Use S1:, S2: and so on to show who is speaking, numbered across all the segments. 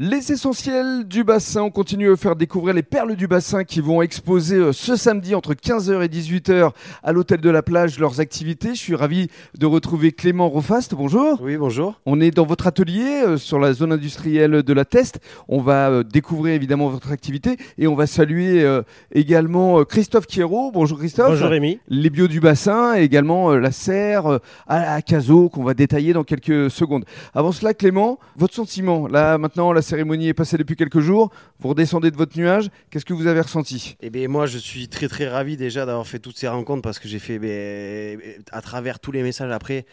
S1: Les essentiels du bassin, on continue à faire découvrir les perles du bassin qui vont exposer euh, ce samedi entre 15h et 18h à l'hôtel de la plage leurs activités. Je suis ravi de retrouver Clément Rofast, bonjour.
S2: Oui, bonjour.
S1: On est dans votre atelier euh, sur la zone industrielle de la Teste. On va euh, découvrir évidemment votre activité et on va saluer euh, également euh, Christophe Quiro. Bonjour Christophe.
S2: Bonjour Rémi.
S1: Les bios du bassin et également euh, la serre euh, à à Cazaux qu'on va détailler dans quelques secondes. Avant cela, Clément, votre sentiment. Là, maintenant, la cérémonie est passée depuis quelques jours. Vous redescendez de votre nuage. Qu'est-ce que vous avez ressenti
S2: Eh bien, moi, je suis très très ravi déjà d'avoir fait toutes ces rencontres parce que j'ai fait, ben, à travers tous les messages après,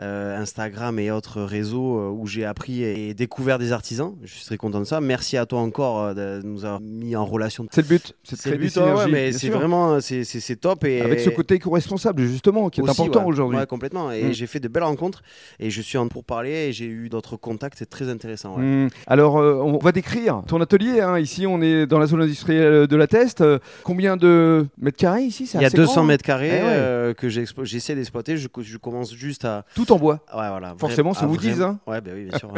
S2: euh, Instagram et autres réseaux euh, où j'ai appris et découvert des artisans. Je suis très content de ça. Merci à toi encore euh, de nous avoir mis en relation.
S1: C'est le but. de
S2: C'est
S1: créer
S2: le
S1: des
S2: but, ouais, ouais,
S1: synergies,
S2: mais
S1: bien
S2: c'est
S1: sûr.
S2: vraiment, euh, c'est c'est- c'est top. Et
S1: Avec ce côté co-responsable, justement, qui est
S2: Aussi,
S1: important
S2: ouais.
S1: aujourd'hui.
S2: Ouais, complètement. Et
S1: Mm.
S2: j'ai fait de belles rencontres et je suis en pour parler et j'ai eu d'autres contacts très intéressants. ouais.
S1: Hmm. Alors, euh, on va décrire ton atelier. hein. Ici, on est dans la zone industrielle de la Teste. Euh, combien de mètres carrés ici C'est
S2: Il y a
S1: assez grand,
S2: 200
S1: hein.
S2: mètres carrés
S1: Eh ouais.
S2: euh, que j'explo- j'essaie d'exploiter. Je, co- je commence juste à,
S1: Tout en bois.
S2: Ouais, voilà,
S1: Forcément, ça
S2: ah,
S1: vous dise, hein.
S2: Ouais, bah oui, bien sûr.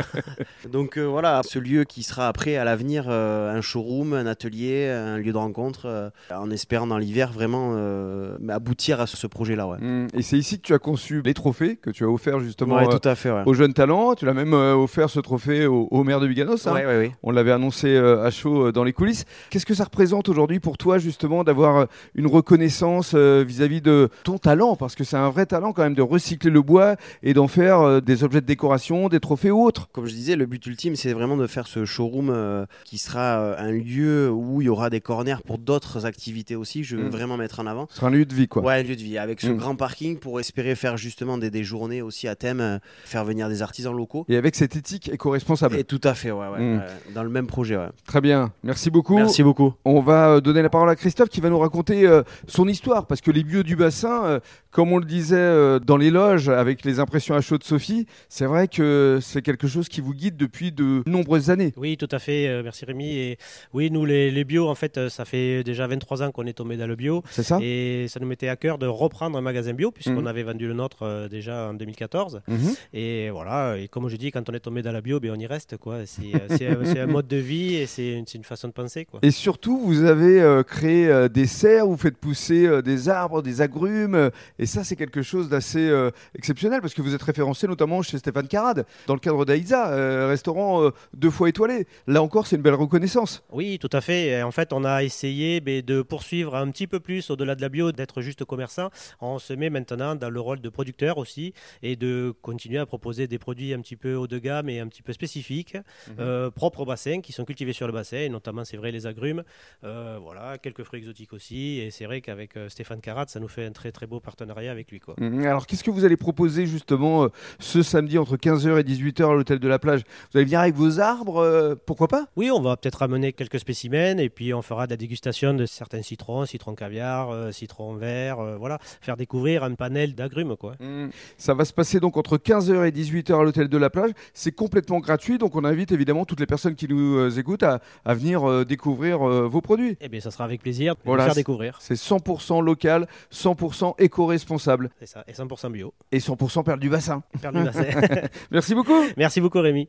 S2: Donc euh, voilà, ce lieu qui sera après à l'avenir euh, un showroom, un atelier, un lieu de rencontre, euh, en espérant dans l'hiver vraiment euh, aboutir à ce, ce projet-là. Ouais.
S1: Hmm. Et c'est ici que tu as conçu les trophées que tu as offerts justement
S2: Ouais,
S1: euh,
S2: tout à fait. Ouais.
S1: aux jeunes talents. Tu l'as même euh, offert ce trophée au, au maire de Biganos. hein.
S2: Ouais, ouais, ouais.
S1: On l'avait annoncé euh, à chaud euh, dans les coulisses. Qu'est-ce que ça représente aujourd'hui pour toi justement d'avoir euh, une reconnaissance euh, vis-à-vis de ton talent Parce que c'est un vrai talent quand même de recycler le bois et d'en faire euh, des objets de décoration, des trophées ou autres.
S2: Comme je disais, le but ultime, c'est vraiment de faire ce showroom euh, qui sera euh, un lieu où il y aura des corners pour d'autres activités aussi. Je veux
S1: Mm.
S2: vraiment mettre en avant.
S1: Ce sera un lieu de vie quoi.
S2: Ouais, un lieu de vie, avec ce
S1: Mm.
S2: grand parking pour espérer faire justement des, des journées aussi à thème, euh, faire venir des artisans locaux.
S1: Et avec cette éthique éco-responsable.
S2: Et tout à fait, ouais, ouais,
S1: Mm.
S2: ouais, dans le même projet. Ouais.
S1: Très bien, merci beaucoup.
S2: Merci beaucoup.
S1: On va euh, donner la parole à Christophe qui va nous raconter euh, son histoire, parce que les bios du bassin, euh, comme on le disait euh, dans les loges avec les impressions à chaud de Sophie, c'est vrai que c'est quelque chose qui vous guide depuis de nombreuses années.
S3: Oui, tout à fait. euh, merci Rémi. Et oui, nous les, les bio, en fait, euh, ça fait déjà 23 ans qu'on est tombé dans le bio.
S1: C'est ça
S3: Et ça nous mettait à cœur de reprendre un magasin bio, puisqu'on
S1: Ah. Mhm.
S3: avait vendu le nôtre euh, déjà en 2014.
S1: Mhm.
S3: Et voilà, et comme je dis, quand on est tombé dans la bio, ben, on y reste. quoi. C'est euh, c'est un- c'est un mode de vie et c'est une, c'est une façon de penser. quoi.
S1: Et surtout, vous avez euh, créé euh, des serres, vous faites pousser euh, des arbres, des agrumes, euh, et ça, c'est quelque chose d'assez euh, exceptionnel parce que vous êtes référencé notamment chez Stéphane Carade dans le cadre d'Aïza, euh, restaurant euh, deux fois étoilé. Là encore, c'est une belle reconnaissance.
S3: Oui, tout à fait. Et En fait, on a essayé ben, de poursuivre un petit peu plus au-delà de la bio, d'être juste commerçant. On se met maintenant dans le rôle de producteur aussi et de continuer à proposer des produits un petit peu haut de gamme et un petit peu spécifiques, euh, propres au bassin, qui sont cultivés sur le bassin, et notamment, c'est vrai, les agrumes, euh, voilà, quelques fruits exotiques aussi. Et c'est vrai qu'avec euh, Stéphane Carat, ça nous fait un très très beau partenariat avec lui. Quoi.
S1: Mhm. Alors, qu'est-ce que vous allez proposer justement euh, ce samedi entre 15h et 18h à l'hôtel de la plage Vous allez venir avec vos arbres, euh, pourquoi pas
S3: Oui, on va peut-être amener quelques spécimens et puis on fera de la dégustation de certains citrons, citron caviar, euh, citron vert, euh, voilà, faire découvrir un panel d'agrumes quoi.
S1: Mm. Ça va se passer donc entre 15h et 18h à l'hôtel de la plage. C'est complètement gratuit, donc on invite évidemment toutes les personnes qui nous euh, écoutent à, à venir euh, découvrir euh, vos produits.
S3: Eh bien, ça sera avec plaisir de vous
S1: Voilà,
S3: faire
S1: c'est-
S3: découvrir.
S1: C'est 100% local, 100% éco-responsable
S3: C'est ça, et 100% bio.
S1: et 100% perles du bassin.
S3: Perdu, là, c'est-
S1: Merci beaucoup
S3: Merci beaucoup Rémi.